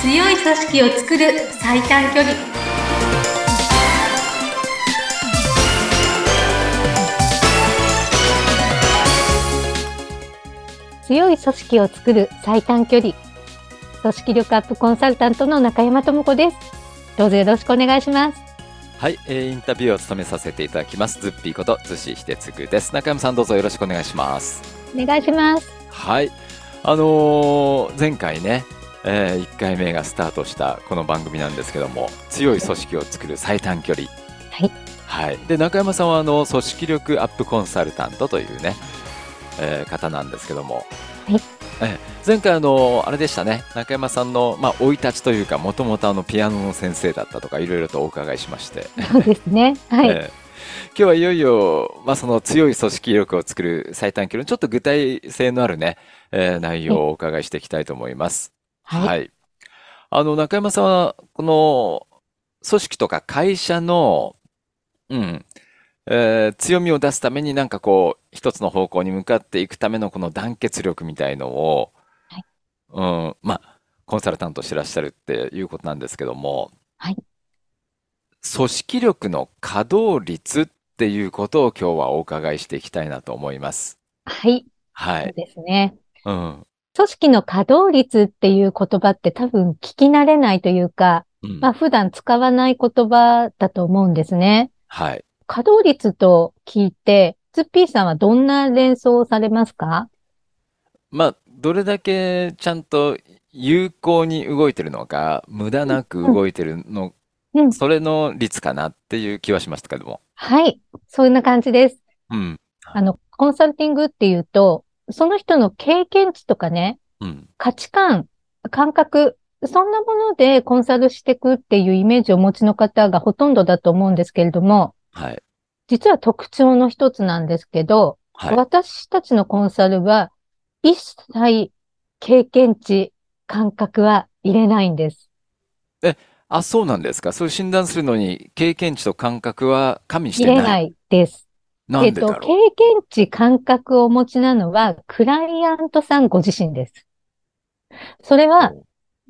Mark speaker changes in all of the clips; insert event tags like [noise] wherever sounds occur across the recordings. Speaker 1: 組織を作る最短距離
Speaker 2: 強い組織を作る最短距離組織力アップコンサルタントの中山智子ですどうぞよろしくお願いします
Speaker 3: はい、えーインタビューを務めさせていただきますズッピーこと逗子秀次です中山さんどうぞよろしくお願いします
Speaker 2: お願いします
Speaker 3: はいあのー前回ね、え1回目がスタートしたこの番組なんですけども強い組織を作る最短距離
Speaker 2: はい、
Speaker 3: はい、で中山さんはあの組織力アップコンサルタントというね、えー方なんですけども、
Speaker 2: はい
Speaker 3: えー前回あのあれでしたね中山さんのまあ生い立ちというかもともとピアノの先生だったとかいろいろとお伺いしまして
Speaker 2: そうですねはい、
Speaker 3: えー今日はいよいよ、まあ、その強い組織力を作る最短距離のちょっと具体性のあるね、えー内容をお伺いしていきたいと思います。
Speaker 2: はい
Speaker 3: はい。あの、中山さんは、この、組織とか会社の、うん、えー強みを出すためになんかこう、一つの方向に向かっていくためのこの団結力みたいのを
Speaker 2: はい、
Speaker 3: うん、まあ、コンサルタントしてらっしゃるっていうことなんですけども、
Speaker 2: はい
Speaker 3: 組織力の稼働率っていうことを今日はお伺いしていきたいなと思います。
Speaker 2: はい、
Speaker 3: は
Speaker 2: そう
Speaker 3: い。
Speaker 2: ですね
Speaker 3: うん。
Speaker 2: 組織の稼働率っていう言葉って多分聞き慣れないというか、
Speaker 3: うん
Speaker 2: まあ普段使わない言葉だと思うんですね。
Speaker 3: はい。
Speaker 2: 稼働率と聞いて、ツッピーさんはどんな連想をされますか
Speaker 3: まあ、どれだけちゃんと有効に動いてるのか、無駄なく動いてるの
Speaker 2: うん、
Speaker 3: それの率かなっていう気はしましたけども。
Speaker 2: はい。そんな感じです。
Speaker 3: うん。
Speaker 2: あの、コンサルティングっていうと、その人の経験値とかね、
Speaker 3: うん。
Speaker 2: 価値観、感覚、そんなものでコンサルしていくっていうイメージをお持ちの方がほとんどだと思うんですけれども、
Speaker 3: はい。
Speaker 2: 実は特徴の一つなんですけど、
Speaker 3: はい。
Speaker 2: 私たちのコンサルは、一切経験値、感覚は入れないんです。
Speaker 3: あ、そうなんですか。そういう診断するのに経験値と感覚は加味し
Speaker 2: 入
Speaker 3: て
Speaker 2: れ
Speaker 3: な。
Speaker 2: ないいです。
Speaker 3: なん
Speaker 2: えっ
Speaker 3: で
Speaker 2: と、
Speaker 3: だ
Speaker 2: 経
Speaker 3: ろう。
Speaker 2: 験値、感覚をお持ちなのは、クライアントさんご自身です。それは、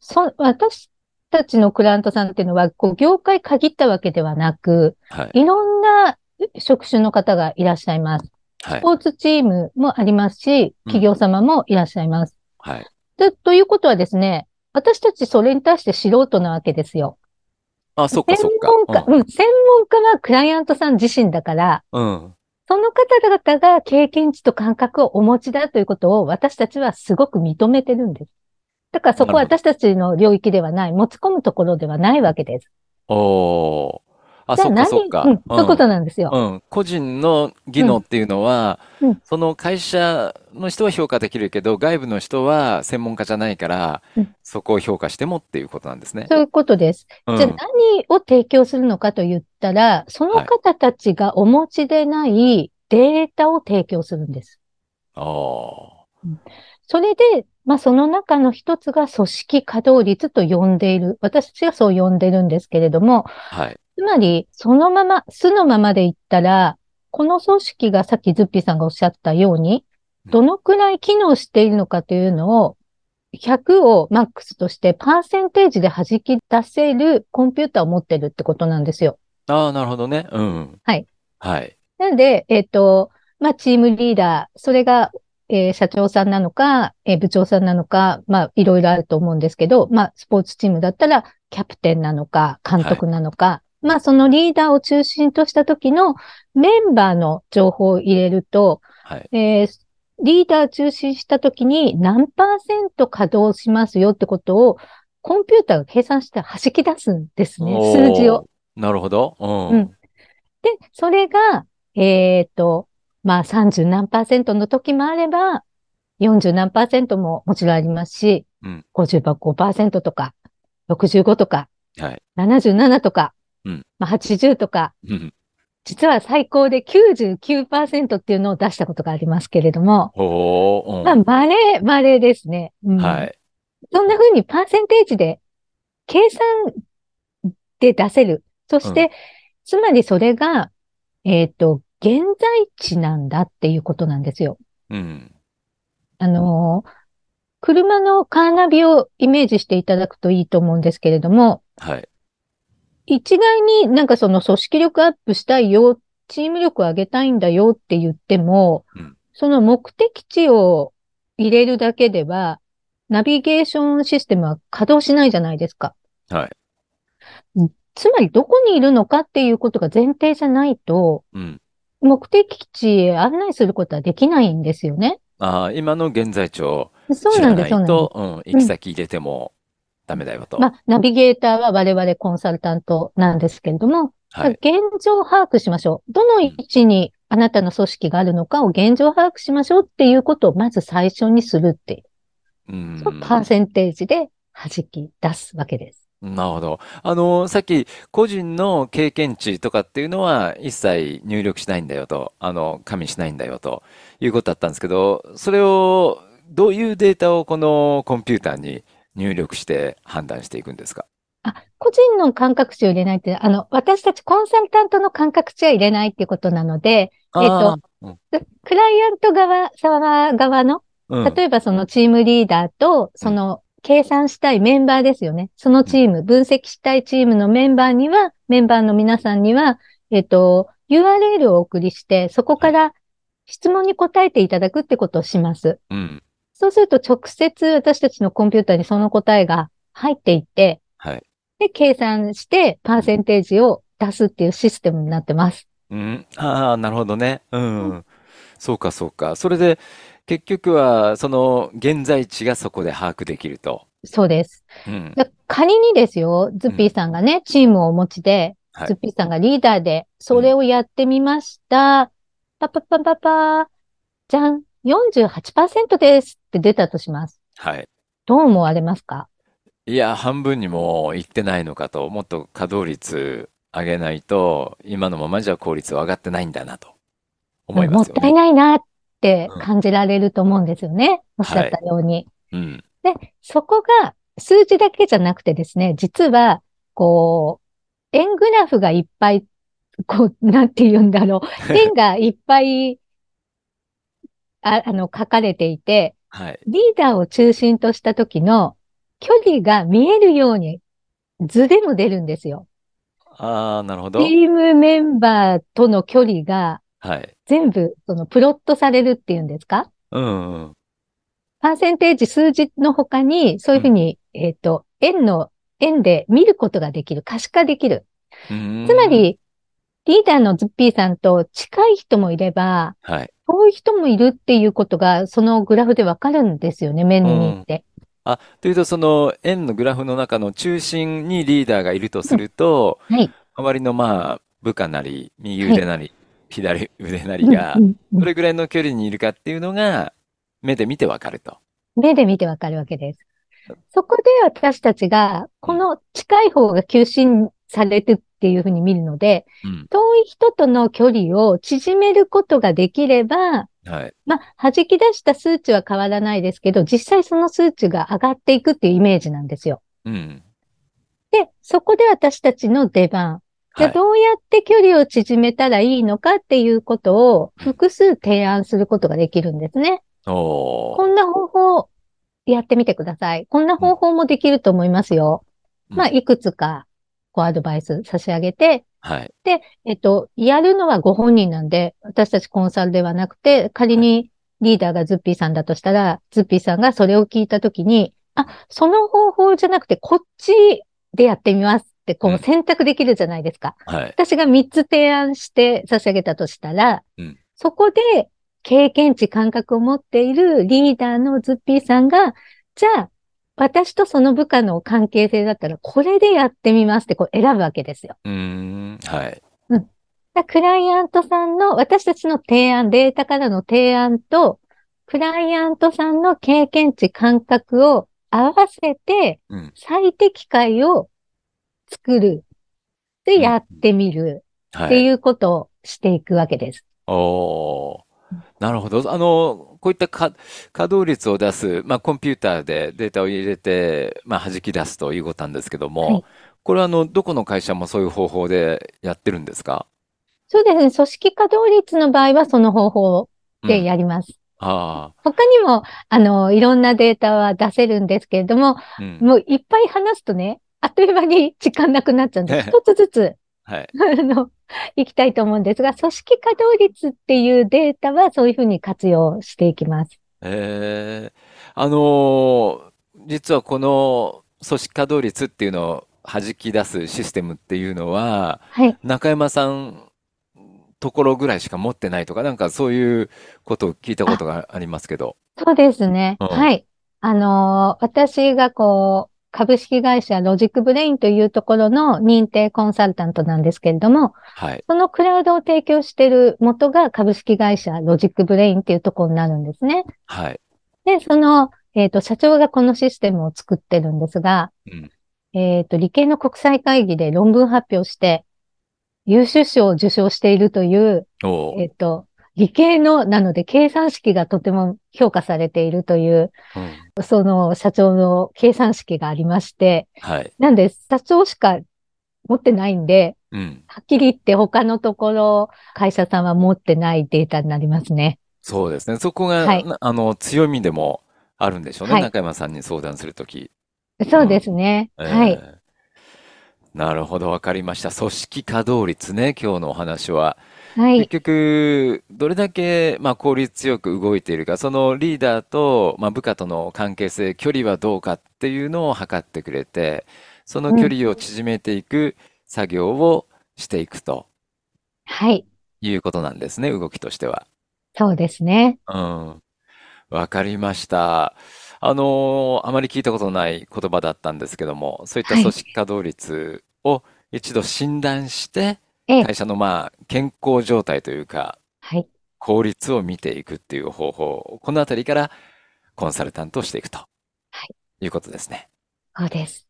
Speaker 2: そ、私たちのクライアントさんっていうのは、こう、業界限ったわけではなく、
Speaker 3: はい。
Speaker 2: いろんな職種の方がいらっしゃいます。
Speaker 3: は
Speaker 2: ス
Speaker 3: い。
Speaker 2: ポーツチームもありますし、
Speaker 3: うん
Speaker 2: 企業様もいらっしゃいます。
Speaker 3: はい。
Speaker 2: で、ということはですね、私たちそれに対して素人なわけですよ。
Speaker 3: あ、そっか
Speaker 2: 専
Speaker 3: そっか。
Speaker 2: 門家、うん、専門家はクライアントさん自身だから、
Speaker 3: うん。うん。
Speaker 2: その方々が経験値と感覚をお持ちだということを私たちはすごく認めてるんです。だからそこは
Speaker 3: なるほ
Speaker 2: 私たちの領域ではない、持ち込むところではないわけです。
Speaker 3: おー。あ、
Speaker 2: じゃ
Speaker 3: そっかそっか。
Speaker 2: うん、そういうこ
Speaker 3: う
Speaker 2: と
Speaker 3: ん
Speaker 2: なんですよ。
Speaker 3: うん、個人の技能っていうのは
Speaker 2: うんうん、
Speaker 3: その会社の人は評価できるけど、外部の人は専門家じゃないから
Speaker 2: うん、
Speaker 3: そこを評価してもっていうことなんですね。
Speaker 2: そういうことです。
Speaker 3: うん
Speaker 2: じゃあ何を提供するのかと言ったら、その方たちがお持ちでないデータを提供するんです。
Speaker 3: お
Speaker 2: それで、まあ、その中の一つが組織稼働率と呼んでいる。私がそう呼んでるんですけれども、
Speaker 3: ー。はい。
Speaker 2: つまり、そのまま、素のままで言ったら、この組織がさっきズッピーさんがおっしゃったように、どのくらい機能しているのかというのを、100をマックスとして、パーセンテージで弾き出せるコンピューターを持ってるってことなんですよ。
Speaker 3: ああ、なるほどね。うん。
Speaker 2: はい。
Speaker 3: はい。
Speaker 2: なんで、えっ、と、まあ、チームリーダー、それが、えー社長さんなのか、えー部長さんなのか、まあ、いろいろあると思うんですけど、まあ、スポーツチームだったら、キャプテンなのか、監督なのか、まあ、そのリーダーを中心とした時のメンバーの情報を入れると、
Speaker 3: はい。
Speaker 2: えーリーダー中心した時に何パーセント稼働しますよってことを、コンピューターが計算して弾き出すんですね、
Speaker 3: おー
Speaker 2: 数字を。。
Speaker 3: なるほど。う
Speaker 2: うんん。で、それが、えっと、まあ30何パーセントの時もあれば、40何パーセントももちろんありますし、
Speaker 3: うん
Speaker 2: 55%とか、65とか、
Speaker 3: はい
Speaker 2: 77とか、
Speaker 3: うん
Speaker 2: まあ80とか、
Speaker 3: うん。
Speaker 2: 実は最高で99%っていうのを出したことがありますけれども、
Speaker 3: おー。うん
Speaker 2: まあ、まれ、まれですね。うん
Speaker 3: はい。
Speaker 2: そんな風にパーセンテージで計算で出せる。そして、つまりそれが、えっ、と、現在地なんだっていうことなんですよ。
Speaker 3: うん。
Speaker 2: あのー車のカーナビをイメージしていただくといいと思うんですけれども、
Speaker 3: はい。
Speaker 2: 一概になんかその組織力アップしたいよ、チーム力を上げたいんだよって言っても、
Speaker 3: うん
Speaker 2: その目的地を入れるだけでは、ナビゲーションシステムは稼働しないじゃないですか。
Speaker 3: はい
Speaker 2: うん。つまりどこにいるのかっていうことが前提じゃないと、
Speaker 3: うん。
Speaker 2: 目的地へ案内することはできないんですよね。
Speaker 3: ああ、今の現在地を
Speaker 2: そう
Speaker 3: 知
Speaker 2: な
Speaker 3: ら
Speaker 2: んで
Speaker 3: な
Speaker 2: す、
Speaker 3: い
Speaker 2: そうなんです。
Speaker 3: と、うん、行き先入れてもダメだよと。
Speaker 2: まあ、ナビゲーターは我々コンサルタントなんですけれども、
Speaker 3: はい。
Speaker 2: 現状を把握しましょう。どの位置にあなたの組織があるのかを現状把握しましょうっていうことをまず最初にするって
Speaker 3: うん
Speaker 2: いう、そのパーセンテージで弾き出すわけです。
Speaker 3: なるほど。あの、さっき個人の経験値とかっていうのは一切入力しないんだよと、あの、加味しないんだよということだったんですけど、それをどういうデータをこのコンピューターに入力して判断していくんですか
Speaker 2: あ、個人の感覚値を入れないって、あの、私たちコンサルタントの感覚値は入れないっていうことなので、えっ
Speaker 3: あ
Speaker 2: と
Speaker 3: ー、
Speaker 2: クライアント側、側側の
Speaker 3: うん、うん
Speaker 2: 例えばそのチームリーダーと、その計算したいメンバーですよね。そのチーム、分析したいチームのメンバーには、メンバーの皆さんには、えっと、URL をお送りして、そこから質問に答えていただくってことをします。
Speaker 3: うん。
Speaker 2: そうすると直接私たちのコンピューターにその答えが入っていって、
Speaker 3: はい。
Speaker 2: で、計算してパーセンテージを出すっていうシステムになってます。
Speaker 3: うん。ああ、なるほどね。うん。そうか、そうか。それで、結局は、その、現在地がそこで把握できると。
Speaker 2: そうです。
Speaker 3: うん。
Speaker 2: だ仮にですよ、ズッピーさんがね、チームをお持ちで、
Speaker 3: はい
Speaker 2: ズッピーさんがリーダーで、それをやってみました。パパパパパー、じゃん、48%ですって出たとします。
Speaker 3: はい。
Speaker 2: どう思われますか
Speaker 3: いや、半分にも行ってないのかと、もっと稼働率上げないと、今のままじゃ効率は上がってないんだなと思い
Speaker 2: も
Speaker 3: ま
Speaker 2: っ
Speaker 3: すよ
Speaker 2: たい
Speaker 3: ね。
Speaker 2: ないなって感じられると思うんですよね。おっしゃったように。
Speaker 3: うん。
Speaker 2: そこが数字だけじゃなくてですね、実は、こう、円グラフがいっぱい、こう、なんて言うんだろう、円がいっぱい、あ、あの、書かれていて、
Speaker 3: はい。
Speaker 2: リーダーを中心とした時の距離が見えるように図でも出るんですよ。
Speaker 3: ああ、なるほ
Speaker 2: チ
Speaker 3: ど。
Speaker 2: ームメンバーとの距離が
Speaker 3: はい。
Speaker 2: 全部、その、プロットされるっていうんですか
Speaker 3: うんうん。
Speaker 2: パーセンテージ数字の他に、そういうふうに、えっ、と、円の、円で見ることができる、可視化できる。
Speaker 3: うーん
Speaker 2: つま、り、リーダーのズッピーさんと近い人もいれば、
Speaker 3: はい。
Speaker 2: 遠い人もいるっていうことが、そのグラフでわかるんですよね、目に見えて。
Speaker 3: あ、というと、その、円のグラフの中の中心にリーダーがいるとすると、
Speaker 2: はい。
Speaker 3: 周りの、まあ、部下なり、右腕なり、左腕なりが
Speaker 2: う、んうん
Speaker 3: どれぐらいの距離にいるかっていうのが、目で見てわかると。
Speaker 2: 目で見てわかるわけです。そこで私たちが、この近い方が求心されてっていうふうに見るので、
Speaker 3: うん。
Speaker 2: 遠い人との距離を縮めることができれば、
Speaker 3: はい。
Speaker 2: まあ、弾き出した数値は変わらないですけど、実際その数値が上がっていくっていうイメージなんですよ。
Speaker 3: うん。
Speaker 2: で、そこで私たちの出番。じゃあ
Speaker 3: はい。
Speaker 2: どうやって距離を縮めたらいいのかっていうことを複数提案することができるんですね。
Speaker 3: おー。
Speaker 2: こんな方法やってみてください。こんな方法もできると思いますよ。
Speaker 3: うん
Speaker 2: まあ、いくつかこうアドバイス差し上げて、
Speaker 3: はい。
Speaker 2: えっと、やるのはご本人なんで、私たちコンサルではなくて、仮にリーダーがズッピーさんだとしたら、ズッピーさんがそれを聞いたときに、あ、その方法じゃなくて、こっちでやってみますって、こ
Speaker 3: うん
Speaker 2: う選択できるじゃないですか。
Speaker 3: はい。
Speaker 2: 私が3つ提案して差し上げたとしたら、
Speaker 3: うん
Speaker 2: そこで経験値感覚を持っているリーダーのズッピーさんが、じゃあ、私とその部下の関係性だったら、これでやってみますってこう選ぶわけですよ。
Speaker 3: うーん。はい。
Speaker 2: クライアントさんの、私たちの提案、データからの提案と、クライアントさんの経験値、感覚を合わせて
Speaker 3: うん、
Speaker 2: 最適解を作る。
Speaker 3: うん
Speaker 2: で、やってみる
Speaker 3: は
Speaker 2: って
Speaker 3: い。
Speaker 2: いうことをしていくわけです。
Speaker 3: おー。なるほど。あの、こういったか稼働率を出す、まあ、コンピューターでデータを入れて、まあ、弾き出すということなんですけど
Speaker 2: は
Speaker 3: も
Speaker 2: い、
Speaker 3: これは、あの、どこの会社もそういう方法でやってるんですか
Speaker 2: そうですね。組織稼働率の場合はその方法でやります。
Speaker 3: うんあ
Speaker 2: 他にも、あの、いろんなデータは出せるんですけれども、
Speaker 3: あ、うん。
Speaker 2: もういっぱい話すとね、あっという間に時間なくなっちゃうんで、
Speaker 3: [laughs] ね
Speaker 2: 一つずつ、
Speaker 3: はい。
Speaker 2: あの、いきたいと思うんですが、組織稼働率っていうデータはそういうふうに活用していきます。
Speaker 3: ええ、あのー実はこの組織稼働率っていうのを弾き出すシステムっていうのは、
Speaker 2: はい。
Speaker 3: 中山さんところぐらいしか持ってないとか、なんかそういうことを聞いたことがありますけど。
Speaker 2: そうですね。
Speaker 3: うん
Speaker 2: はい。あのー私がこう、株式会社ロジックブレインというところの認定コンサルタントなんですけれども、
Speaker 3: はい。
Speaker 2: そのクラウドを提供している元が株式会社ロジックブレインっていうところになるんですね。
Speaker 3: はい。
Speaker 2: で、その、えっと、社長がこのシステムを作ってるんですが、
Speaker 3: うん
Speaker 2: えっと、理系の国際会議で論文発表して、優秀賞を受賞しているという、
Speaker 3: お
Speaker 2: え
Speaker 3: ー
Speaker 2: っと、理系の、なので計算式がとても評価されているという、
Speaker 3: うん
Speaker 2: その社長の計算式がありまして、
Speaker 3: はい。
Speaker 2: なんで社長しか持ってないんで、
Speaker 3: うん。
Speaker 2: はっきり言って他のところ、会社さんは持ってないデータになりますね。
Speaker 3: そうですね。そこ
Speaker 2: はい
Speaker 3: が、なあの、強みでもあるんでしょうね。
Speaker 2: はい
Speaker 3: 中山さんに相談するとき。
Speaker 2: そうですね。
Speaker 3: え
Speaker 2: は
Speaker 3: え
Speaker 2: い。
Speaker 3: なるほど、わかりました。組織稼働率ね、今日のお話は。
Speaker 2: はい
Speaker 3: 結。局、どれだけ、まあ、効率よく動いているか、そのリーダーと、まあ、部下との関係性、距離はどうかっていうのを測ってくれて、その距離を縮めていく作業をしていくと
Speaker 2: はい。
Speaker 3: いうことなんですね、動きとしては。
Speaker 2: そうですね。
Speaker 3: うん。わかりました。あのーあまり聞いたことない言葉だったんですけども、そういった
Speaker 2: はい
Speaker 3: 組織稼働率を一度診断して、
Speaker 2: ええ
Speaker 3: 会社のまあ健康状態というか、
Speaker 2: はい。
Speaker 3: 効率を見ていくっていう方法、このあたりからコンサルタントをしていくと
Speaker 2: は
Speaker 3: いうことですね。
Speaker 2: そうです。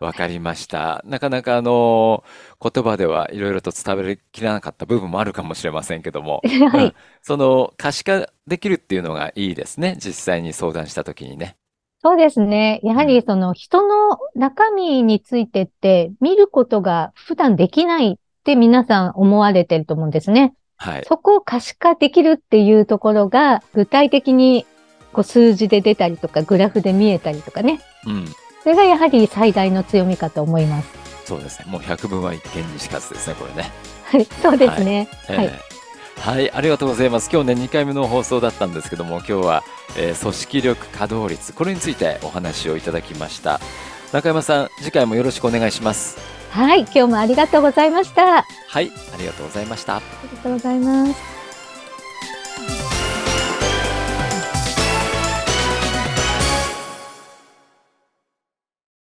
Speaker 3: わかりました。なかなかあのー言葉ではいろいろと伝わりきらなかった部分もあるかもしれませんけども、
Speaker 2: [laughs] は
Speaker 3: うん
Speaker 2: い。
Speaker 3: その可視化できるっていうのがいいですね。実際に相談した時にね。
Speaker 2: そうですね。やはりその人の中身についてって見ることが普段できないって皆さん思われてると思うんですね。
Speaker 3: はい。
Speaker 2: そこを可視化できるっていうところが具体的にこう数字で出たりとかグラフで見えたりとかね。
Speaker 3: うん。
Speaker 2: それがやはり最大の強みかと思います。
Speaker 3: そうですね。もう100分は一見にしかずですね、これね。
Speaker 2: はい。そうですね。はい
Speaker 3: えーはい、ありがとうございます。今日ね、2回目の放送だったんですけども、今日は、えー組織力稼働率、これについてお話をいただきました。中山さん、次回もよろしくお願いします。
Speaker 2: はい。今日もありがとうございました。あ
Speaker 3: はい、ありがとうございました。
Speaker 2: りがとうございます。